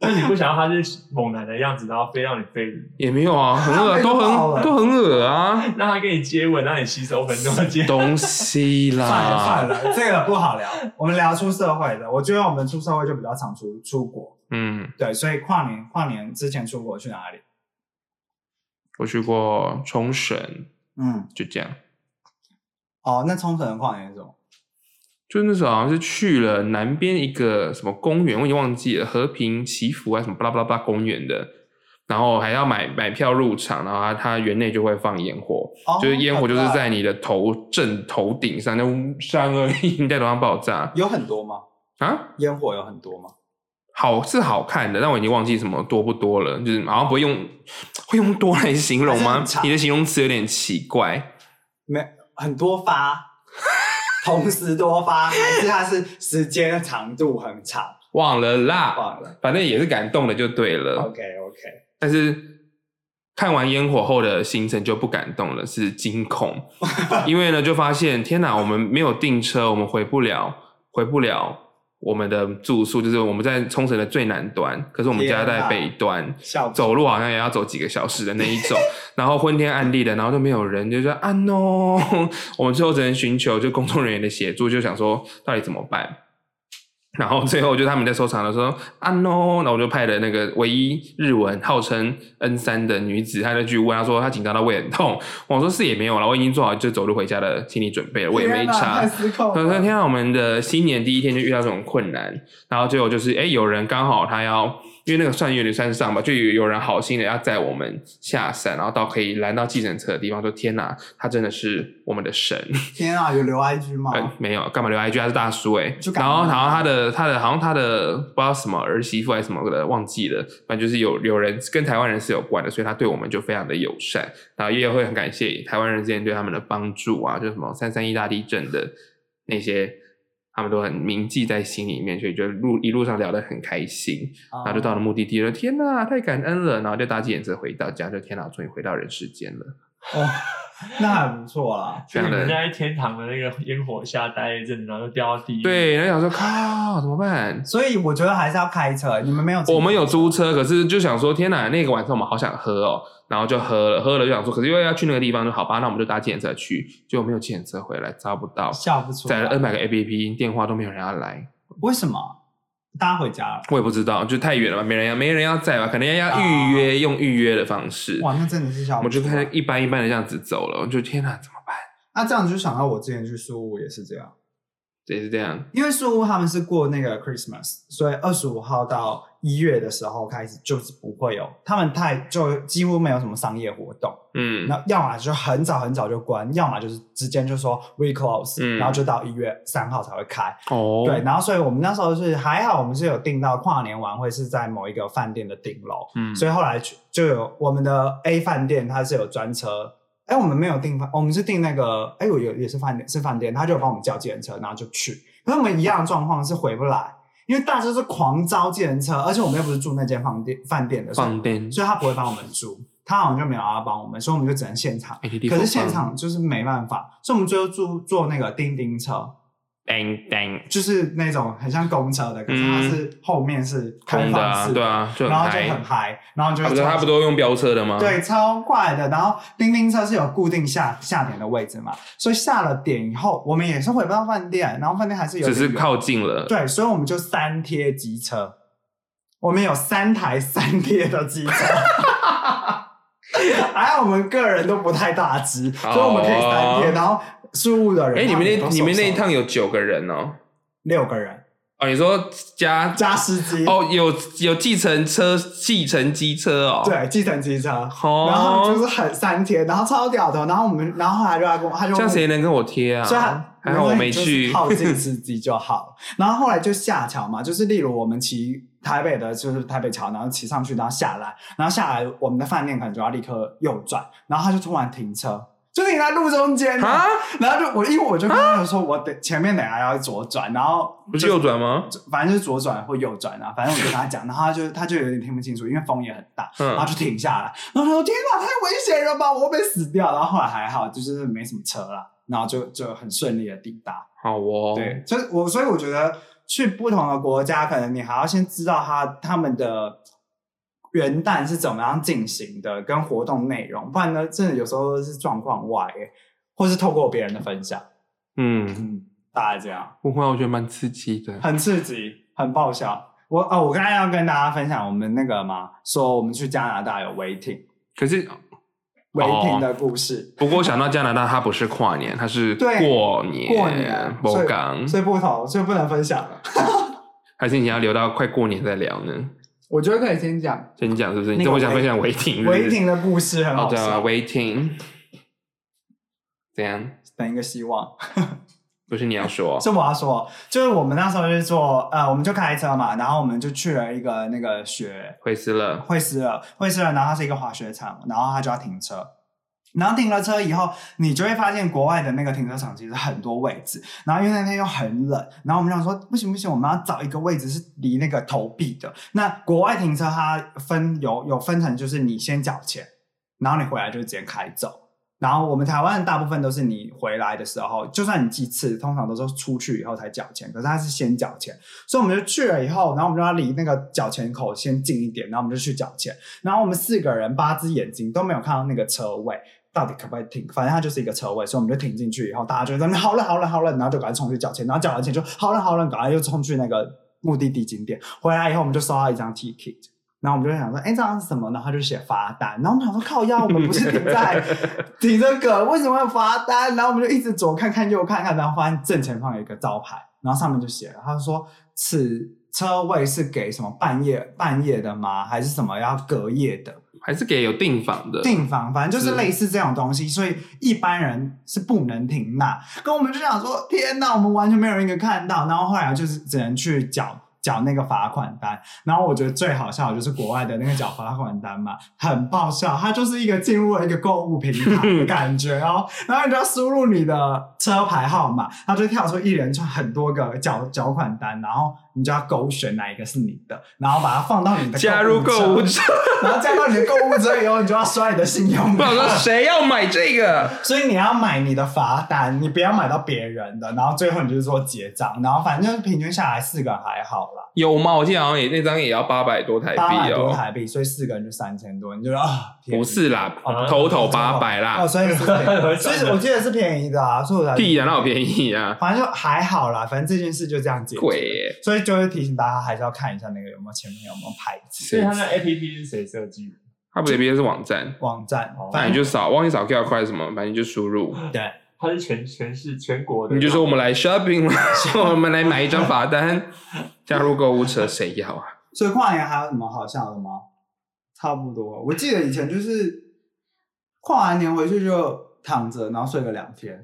C: 那你不想要他是猛男的样子，然后飞到你飞里，
B: 也没有啊，很恶，
A: 被
B: 都
A: 爆了
B: 很都很恶啊，
C: 让他跟你接吻，让你吸收很多接。
B: 东西
A: 算了算
B: 啦，
A: 了， 这个不好聊。我们聊出社会的，我觉得我们出社会就比较常出出国，
B: 嗯，
A: 对，所以跨年跨年之前出国去哪里？
B: 我去过冲绳，
A: 嗯，
B: 就这样，
A: 哦，那冲绳的跨年是什么？
B: 就那时候好像是去了南边一个什么公园，我已经忘记了，和平祈福啊什么巴拉巴拉巴拉公园的。然后还要买买票入场，然后它它园内就会放烟火，
A: 哦，
B: 就是烟火就是
A: 很大
B: 在你的头正头顶上，那呜三二一，你在头上爆炸
A: 有很多吗？
B: 啊！
A: 烟火有很多吗？
B: 好是好看的，但我已经忘记什么多不多了，就是好像不会用会用多来形容
A: 还是
B: 吗
A: 很？长
B: 你的形容词有点奇怪，
A: 没，很多发， 同时多发，还是它是时间长度很长？
B: 忘了啦，
A: 忘了。
B: 反正也是感动的就对了。
A: OK OK，
B: 但是看完烟火后的行程就不感动了，是惊恐，因为呢就发现天哪，我们没有订车，我们回不了，回不了。我们的住宿就是我们在冲绳的最南端，可是我们家
A: 天
B: 在
A: 哪
B: 北端，
A: 笑不
B: 走路好像也要走几个小时的那一 种，然后昏天暗地的，然后都没有人，就说啊 no，我们最后只能寻求就工作人员的协助，就想说到底怎么办？然后最后就他们在收场的时候，啊 no，那我 就派了那个唯一日文号称 N 三的女子，她就去问，她说她紧张到胃很痛。我说是也没有了，我已经做好就走路回家的心理准备了，我也没
A: 天哪
B: 差
A: 太。失控
B: 他说：“
A: 了。
B: 天啊，我们的新年第一天就遇到这种困难，然后结果就是，哎、有人刚好他要，因为那个算有点算上吧，就有有人好心的要载我们下山，然后到可以拦到计程车的地方，说天哪，他真的是我们的神。
A: 天啊，有留 IG 吗？
B: 呃，没有，干嘛留 IG？他是大叔哎、
A: 就感
B: 然
A: 冒
B: 后，然后他的他的好像他的不知道什么儿媳妇还是什么的，忘记了。反正就是有有人跟台湾人是有关的，所以他对我们就非常的友善。然后也会很感谢台湾人之间对他们的帮助啊，就什么三三一大地震的那些，他们都很铭记在心里面，所以就路一路上聊得很开心。然后就到了目的地了，天哪，太感恩了！然后就搭计程车回到家，就天哪，终于回到人世间了。
A: 哦，那还不错啊啦。
C: 就
B: 这
C: 你
B: 样的
C: 们在天堂的那个烟火下待一阵子，然后就掉到地狱。，
B: 对，然后想说靠，怎么办？
A: 所以我觉得还是要开车，你们没有？
B: 我们有租车，可是就想说，天哪，那个晚上我们好想喝哦，然后就喝了，喝了就想说，可是因为要去那个地方，就好吧，那我们就搭计程车去，结果没有计程车回来，抓不到，
A: 笑不出来。
B: 载了 N 百个 APP，电话都没有人要来，
A: 为什么？大家回家了？
B: 我也不知道，就太远了吧，没人要，没人要载吧，可能要预约，用预约的方式，
A: 啊哇，那真的是笑啊不
B: 我们
A: 出
B: 就
A: 来。
B: 看一般一般的这样子走了，我就天哪，怎么办？
A: 那这样就想到我之前去苏屋也是这样，
B: 也是这样，
A: 因为苏屋他们是过那个 Christmas，所以二十五号到一月的时候开始就是不会有，他们太就几乎没有什么商业活动，
B: 嗯，
A: 那要么就很早很早就关，要么就是直接就说 we close，、
B: 嗯
A: 然后就到一月三号才会开。
B: 哦，
A: 对，，然后所以我们那时候是还好，我们是有订到跨年晚会是在某一个饭店的顶楼，
B: 嗯，
A: 所以后来就就有我们的 A 饭店，它是有专车。哎，我们没有订饭，我们是订那个，哎，我有也是饭店，是饭店，他就有帮我们叫计程车，然后就去。可是我们一样的状况是回不来，因为大家都是狂招计程车，而且我们又不是住那间饭店饭店的，所以
B: 放电
A: 所以他不会帮我们住，他好像就没有要帮我们，所以我们就只能现场。
B: ，APP，
A: 可是现场就是没办法，所以我们最后坐坐那个叮叮车，
B: bang bang，
A: 就是那种很像公车的，可是它是后面是开
B: 嗯空的
A: 放
B: 啊，
A: 式
B: 对啊，就
A: 然后
B: 很
A: 就
B: 嗨
A: 很，嗨，然后就
B: 他不
A: 会
B: 是他不都用飙车的吗？
A: 对，超快的。然后叮叮车是有固定下下点的位置嘛，所以下了点以后，我们也是回不到饭店，然后饭店还是有
B: 只
A: 点远
B: 是靠近了。
A: 对，所以我们就三贴机车，我们有三台三贴的机车。 还好我们个人都不太大只，所以我们可以三贴。
B: 哦
A: 然后事务的人，
B: 哎、你们
A: 他
B: 那
A: 都
B: 你们那一
A: 手手
B: 趟有九个人哦？
A: 六个人
B: 哦，你说加
A: 加司机，
B: 哦，有有计程车、计程机车哦。，
A: 对，计程机车。然后他们就
B: 哦，
A: 是很三贴，然后超屌的，然后我们，然后后来就来跟我，他就
B: 这样
A: 问
B: 谁能跟我贴啊？
A: 所以他
B: 还好我没
A: 就是
B: 去。啊
A: 靠近司机就 好。然后后来就下桥嘛，就是例如我们骑台北的，就是台北桥，然后骑上去，然后下来，然后下来我们的饭店可能就要立刻右转，然后他就突然停车，就停在路中间呢
B: 啊，
A: 然后就我因为我就跟他说，我得前面等一下要左转，然后
B: 不是右转吗？
A: 反正就是左转或右转啊，反正我就跟他讲，然后他就他就有点听不清楚，因为风也很大，然后
B: 嗯，
A: 就啊停下来，然后他说：“天哪，太危险了吧，我会被死掉。”然后后来还好，就是没什么车啦，然后就就很顺利的抵达。
B: 好哦。
A: 对，，所以我所以我觉得去不同的国家，可能你还要先知道他他们的元旦是怎么样进行的，跟活动内容，不然呢，真的有时候是状况外、欸，或是透过别人的分享，
B: 嗯，
A: 嗯，大概这样。
B: 不会啊，我觉得蛮刺激的。
A: 很刺激，很爆笑。我哦，我刚才要跟大家分享我们那个嘛，说我们去加拿大有违停，
B: 可是，
A: 违停的故事。
B: 不过想到加拿大，它不是跨年，它是
A: 对
B: 过年。
A: 过年，所
B: 不
A: 以
B: 港，
A: 所以不同，所以不能分享了。
B: 还是你要留到快过年再聊呢？
A: 我觉得可以先讲
B: 先讲是不是？
A: 那
B: 你
A: 个
B: 跟我想
A: 违
B: 分享违停是不是，
A: 违停的故事，很
B: 哦，
A: 好
B: 对啊
A: 笑，
B: ，waiting，怎样？
A: 等一个希望。
B: 不是你 要说
A: 是我要说，就是我们那时候就是坐，呃，我们就开车嘛，然后我们就去了一个那个雪
B: 会死了，
A: 惠斯勒，惠斯勒，然后它是一个滑雪场，然后它就要停车。然后停了车以后，你就会发现国外的那个停车场其实很多位置。然后因为那天又很冷，然后我们想说不行不行，我们要找一个位置是离那个投币的。那国外停车它分有有分成，就是你先缴钱，然后你回来就直接开走。然后我们台湾大部分都是你回来的时候，就算你几次，通常都是出去以后才缴钱，可是它是先缴钱。所以我们就去了以后，然后我们就要离那个缴钱口先近一点，然后我们就去缴钱。然后我们四个人八只眼睛都没有看到那个车位到底可不可以停，反正它就是一个车位，所以我们就停进去以后，大家就在那边好了好了好了，然后就赶快冲去缴钱，然后缴完钱就好了好了，赶快又冲去那个目的地景点，回来以后我们就收到一张 ticket。然后我们就想说，哎，这张是什么？然后他就写罚单。然后我们想说，靠腰，我们不是停在停这个，为什么要罚单？然后我们就一直左看看右看看，然后发现正前方有一个招牌，然后上面就写了，他说此车位是给什么半夜半夜的吗？还是什么要隔夜的？
B: 还是给有订房的，
A: 订房，反正就是类似这种东西，所以一般人是不能停那。可我们就想说，天哪，我们完全没有一个看到，然后后来啊就是只能去缴缴那个罚款单。然后我觉得最好笑的就是国外的那个缴罚款单嘛，很爆笑，它就是一个进入了一个购物平台的感 觉哦。然后你就要输入你的车牌号码，它就跳出一连串很多个缴缴款单，然后你就要勾选哪一个是你的，然后把它放到你的
B: 加入购物 车。
A: 然后加到你的购物车以后，你就要刷你的信用
B: 不
A: 卡
B: 然，说谁要买这个？
A: 所以你要买你的罚单，你不要买到别人的。然后最后你就是说结账，然后反正平均下来四个人还好啦，
B: 有吗？我记得好像也那张也要八百多台
A: 八
B: 币
A: 百多
B: 哦。
A: 台币，所以四个人就三千多，你就啊，便宜
B: 不是啦
C: 啊，
B: 头头八百
A: 哦，
B: 啦，
A: 所以是 便宜所以我记得是便宜的啊，所以我才
B: 屁啊，那有便宜啊，
A: 反正就还好啦，反正这件事就这样解决。
B: 贵耶！
A: 所以就是提醒大家，还是要看一下那个有没有前面有没有牌
C: 所以
A: 子
C: 它那 A P P 是谁设计的？
B: 它不是别是网站，
A: 网站
C: 哦，
B: 那
A: 反
B: 你
A: 正
B: 就扫，忘记扫 QR 快什么，反正就输入，
A: 对。
C: 它是全全市全国的，
B: 你就说我们来 shopping 了，我们来买一张罚单，加入购物车，谁要啊？
A: 所以跨年还有什么好笑的吗？差不多，我记得以前就是跨完年回去就躺着，然后睡个两天。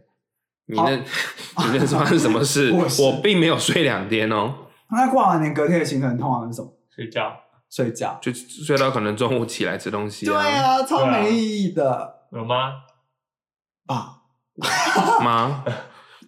B: 你那你那是发生什么 事？
A: 我是
B: 我并没有睡两天哦，
A: 那跨完年隔天的行程通常是什么？
C: 睡觉，
A: 睡觉。
B: 就睡到可能中午起来吃东西
A: 对
B: 啊，
A: 啊，超没意义的
C: 有吗？
A: 啊
B: 吗？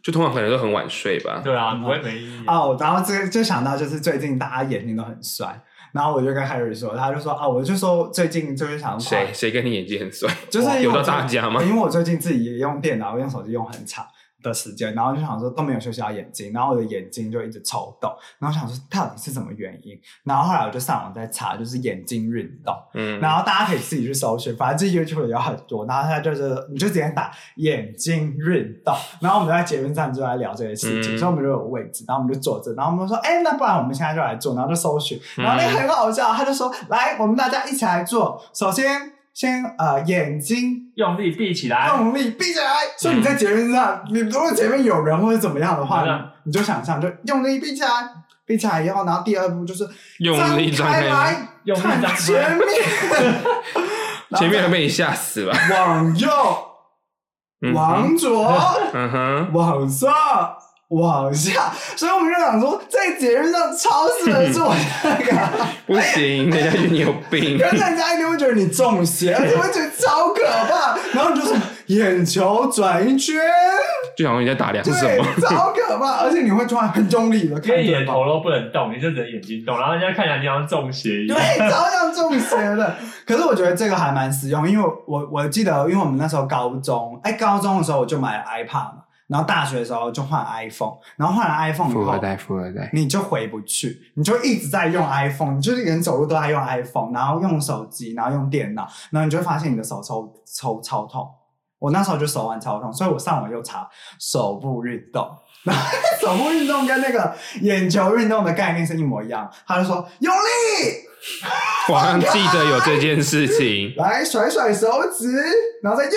B: 就通常可能都很晚睡吧。
C: 对啊，
A: 嗯
C: 不会没意义。
A: 哦！然后这就想到就是最近大家眼睛都很酸，然后我就跟 Harry 说，他就说啊，我就说最近就是想跨
B: 谁谁跟你眼睛很酸？
A: 就是因为
B: 有
A: 我
B: 到
A: 最
B: 大家 吗？
A: 因为我最近自己也用电脑、用手机用很长的时间，然后就想说都没有休息到眼睛，然后我的眼睛就一直抽动，然后想说到底是什么原因，然后后来我就上网在查，就是眼睛运动，
B: 嗯，
A: 然后大家可以自己去搜寻，反正这 YouTube 有很多，然后他就是你就直接打眼睛运动，然后我们在捷运站就在聊这些事情，
B: 嗯
A: 所以我们就有位置，然后我们就坐着，然后我们就说，哎，那不然我们现在就来做，然后就搜寻，然后那个很好
B: 嗯
A: 笑，他就说，来，我们大家一起来做，首先先呃眼睛
C: 用力闭起来，
A: 用力闭起来。所以你在前面上，你如果前面有人或者怎么样的话，
C: 嗯
A: 你你就想象就用力闭起来，闭起来以后，然后第二步就是
B: 用力张
A: 开
B: 开
A: 来，
C: 用力张
A: 看
C: 开
A: 前面，
B: 前面还被你吓死吧？
A: 往右，
B: 嗯哼，
A: 往左，
B: 嗯哼，
A: 往上。往下，所以我们就想说，在节目上超适合做那 个，
B: 不行，人家觉得你有 病。
A: 可是人家一定会觉得你中邪，而且会觉得超可怕。然后你就是眼球转一 圈，
B: 就想问你在打量什
A: 对，
B: 么？
A: 超可怕，而且你会突然很用力的
C: 因
A: 看
C: 为你
A: 对
C: 的
A: 方，
C: 头都不能动，你就只能眼睛动，然后人家看起来你好像中邪一样。
A: 对，超像中邪的。可是我觉得这个还蛮实用，因为我我我记得，因为我们那时候高中，哎，高中的时候我就买了 iPad 嘛，然后大学的时候就换 iPhone，然后换了 iPhone 以
B: 富二
A: 后。
B: 代，富二代。
A: 你就回不去，你就一直在用 iPhone，你就是人走路都在用 iPhone，然后用手机，然后用电脑，然后你就会发现你的手抽抽超痛。我那时候就手腕超痛，所以我上网又查手部运动， 然后手部运动跟那个眼球运动的概念是一模一样。他就说用力
B: 我好像记得有这件事 情，
A: 来甩甩手指，然后再用力，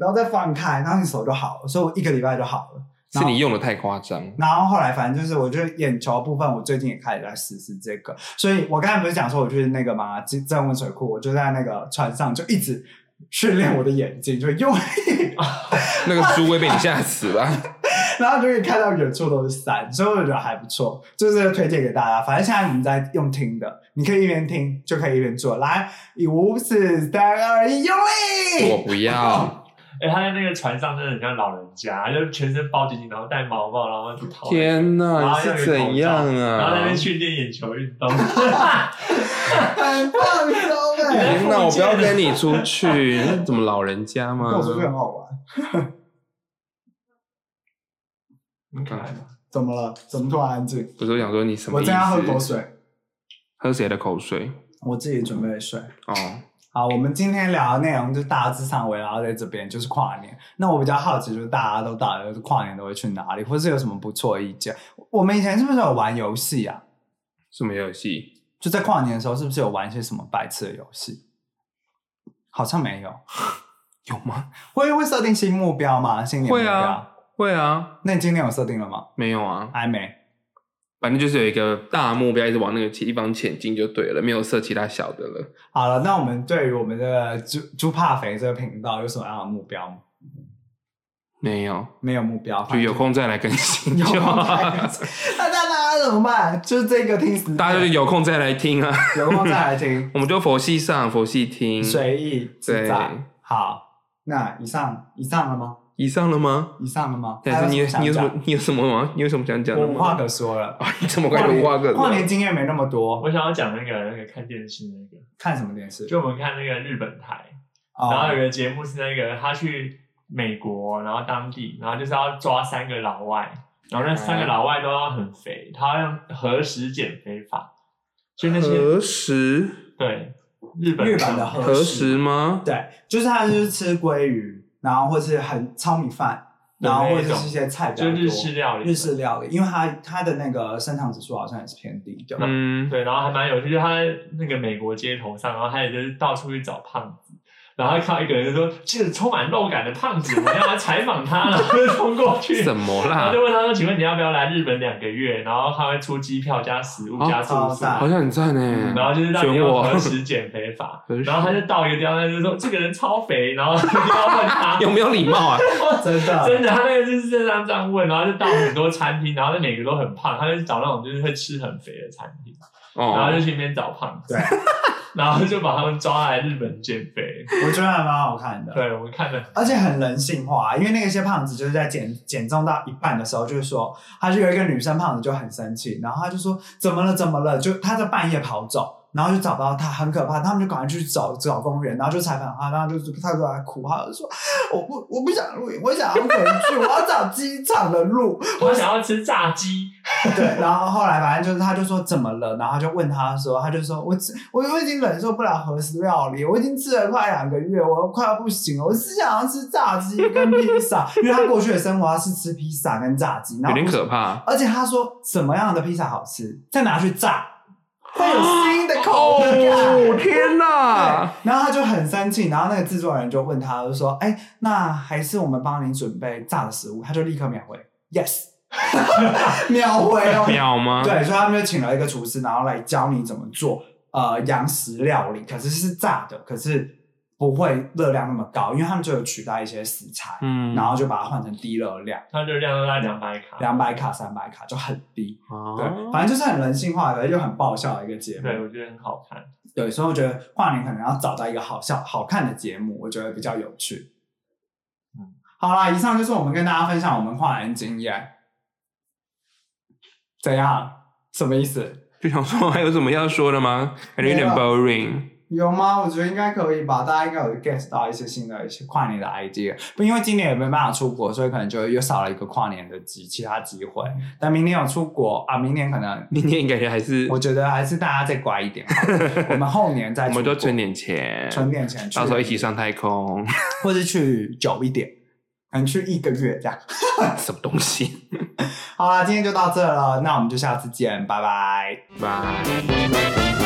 A: 然后再放开，然后你手就好了。所以我一个礼拜就好了。
B: 是你用的太夸张。
A: 然后后来反正就是，我觉得眼球部分，我最近也开始在实施这个。所以我刚才不是讲说，我去那个 嘛，正正温水库，我就在那个船上就一直训练我的眼睛，就用力，
B: 那个猪会被你吓死吧？
A: 然后就可以看到远处都是山，所以我觉得还不错，就是推荐给大家。反正现在我们在用听的，你可以一边听就可以一边做。来，以五四三二一，用
B: 我
A: 力！
B: 不要！
C: 哎、他在那个船上真的很像老人家，就全身包紧紧，然后戴毛帽，然后就逃。
B: 天
C: 然
B: 哪，
C: 后
B: 你
C: 要有
B: 是怎样
C: 然后在那
B: 啊
C: 边？训练眼球运 动，
A: 很放松哎、
B: 天哪，我不要 跟你出 去！你是怎么老人家
A: 跟
B: 吗？
A: 我出去很好玩。
C: 很可爱吗？
A: 怎么了？怎么突然安静？
B: 不是我想说你什么
A: 我
B: 意
A: 正要喝口
B: 思？
A: 水。
B: 喝谁的口水？
A: 我自己准备水。
B: 哦，
A: 好，我们今天聊的内容就大致上围绕在这边，就是跨年。那我比较好奇，就是大家都到底跨年都会去哪里，或是有什么不错的意见？我们以前是不是有玩游戏啊？
B: 什么游戏？
A: 就在跨年的时候，是不是有玩一些什么白痴的游戏？好像没有，
B: 有吗？
A: 会会设定新目标吗？新年目
B: 会
A: 标？
B: 啊，会啊，
A: 那你今年有设定了吗？
B: 没有啊，
A: 还没。
B: 反正就是有一个大目标，一直往那个地方前进就对了，没有设其他小的了。
A: 好了，那我们对于我们的猪猪怕肥这个频道有什么样的目标吗？
B: 没有，
A: 没有目标，
B: 就有空再来更新
A: 有
B: 就
A: 空再
B: 好
A: 来。 那那大家怎么办？就是这个听死，
B: 大家就是有空再来听啊，
A: 有空再来听，
B: 我们就佛系上，佛系听。
A: 随意自
B: 对
A: 在。好，那以上以上了吗？
B: 以上了吗？
A: 以上了吗？
B: 但是你
A: 还
B: 你
A: 有
B: 有什
A: 想
B: 么你有什么 吗？你有什么想讲
A: 讲我
B: 的
A: 无话
B: 吗？
A: 可说了。
B: 啊， 你这么快就挖个
A: 跨年经验没那么多，
C: 我想要讲那个那个看电视那个，
A: 看什么电视？
C: 就我们看那个日本台，
A: 哦
C: 然后有个节目是那个他去美国，然后当地，然后就是要抓三个老外，然后那三
A: 哎
C: 个老外都要很肥，他要用核实减肥法，就那些
B: 何时？
C: 对日本
A: 日本的
B: 何
A: 和
B: 时
A: 食，
B: 吗？
A: 对，就是他就是吃鲑鱼，然后或是很糙米饭，
C: 对
A: 然后或
C: 那
A: 者
C: 种
A: 是一些菜比较
C: 就
A: 多，
C: 日式料理，
A: 日式料理，因为它它的那个升糖指数好像也是偏低的。
B: 嗯，
C: 对，然后还蛮有趣，就是他在那个美国街头上，然后他也就是到处去找胖子，然后他看到一个人就说：“这个充满肉感的胖子，我要来采访他。”然后就冲过去，
B: 什么
C: 然后
B: 啦
C: 就？问他说：“请问你要不要来日本两个月？”然后他会出机票加食物
B: 哦啊
C: 加住
A: 超
C: 宿，
A: 赞
B: 好像很赞呢。
C: 然后就是让你
B: 选
C: 用
B: 我
C: 核实减肥 法
B: 核实，。
C: 然后他就到一个地方，他就说：“这个人超肥。”然后就 要问他
B: 有没有礼貌啊？
A: 真的，
C: 真的，他那个就是这样这样问，然后就到很多餐厅，然后那每个都很胖，他就找那种就是会吃很肥的餐厅。然后
B: 哦
C: 就，去那边找胖子，
A: 对，
C: 然后就把他们抓来日本减肥。
A: 我觉得还蛮好看的。
C: 对，我们看了，
A: 而且很人性化，因为那些胖子就是在减减重到一半的时候，就是说，他就有一个女生胖子就很生气，然后他就说怎么了怎么了，就他在半夜跑走，然后就找不到他，很可怕，他们就赶快去找找公园，然后就采访他，然后就是他就在哭，他就说我不我不想录影，我想要回去，我要找机场的路，
C: 我想要吃炸鸡，
A: 对，然后后来反正就是他就说怎么了，然后他就问他说，他就说我只我我已经忍受不了和食料理，我已经吃了快两个月，我快要不行了，我只想要吃炸鸡跟披萨，因为他过去的生活他是吃披萨跟炸鸡，然
B: 有
A: 后
B: 点可怕。
A: 而且他说什么样的披萨好吃，再拿去炸，会有
B: 啊
A: 新的口感。
B: 哦天
A: 对
B: 哪！，
A: 然后他就很生气，然后那个制作人就问他，就说：“哎，那还是我们帮你准备炸的食物。”他就立刻秒回，yes，秒回哦，
B: 秒吗？
A: 对，所以他们就请了一个厨师，然后来教你怎么做呃洋食料理，可是是炸的，可是不会热量那么高，因为他们就有取代一些食材，
B: 嗯
A: 然后就把它换成低热量，
C: 它热量都在两百卡。
A: 两百卡、三百卡就很低。
B: 哦
A: 对，反正就是很人性化的又很爆笑的一个节目。
C: 对，我觉得很好看。
A: 对，所以我觉得跨年可能要找到一个好笑、好看的节目，我觉得比较有趣。嗯
C: 嗯，
A: 好啦，以上就是我们跟大家分享我们跨年经验。怎样？什么意思？
B: 就想说还有什么要说的吗？感觉有点
A: 没了
B: boring。
A: 有吗？我觉得应该可以吧，大家应该有 get 到一些新的一些跨年的 idea。不，因为今年也没办法出国，所以可能就又少了一个跨年的机其他机会。但明年有出国啊，明年可能
B: 明天感觉还是
A: 我觉得还是大家再乖一点好了， 我们后年再
B: 我
A: 出
B: 们
A: 国
B: 多存点钱，
A: 存点钱去，
B: 到时候一起上太空，
A: 或是去久一点，可能去一个月这样。
B: 什么东西？
A: 好啦，今天就到这了，那我们就下次见，拜拜。
B: 拜。
D: 「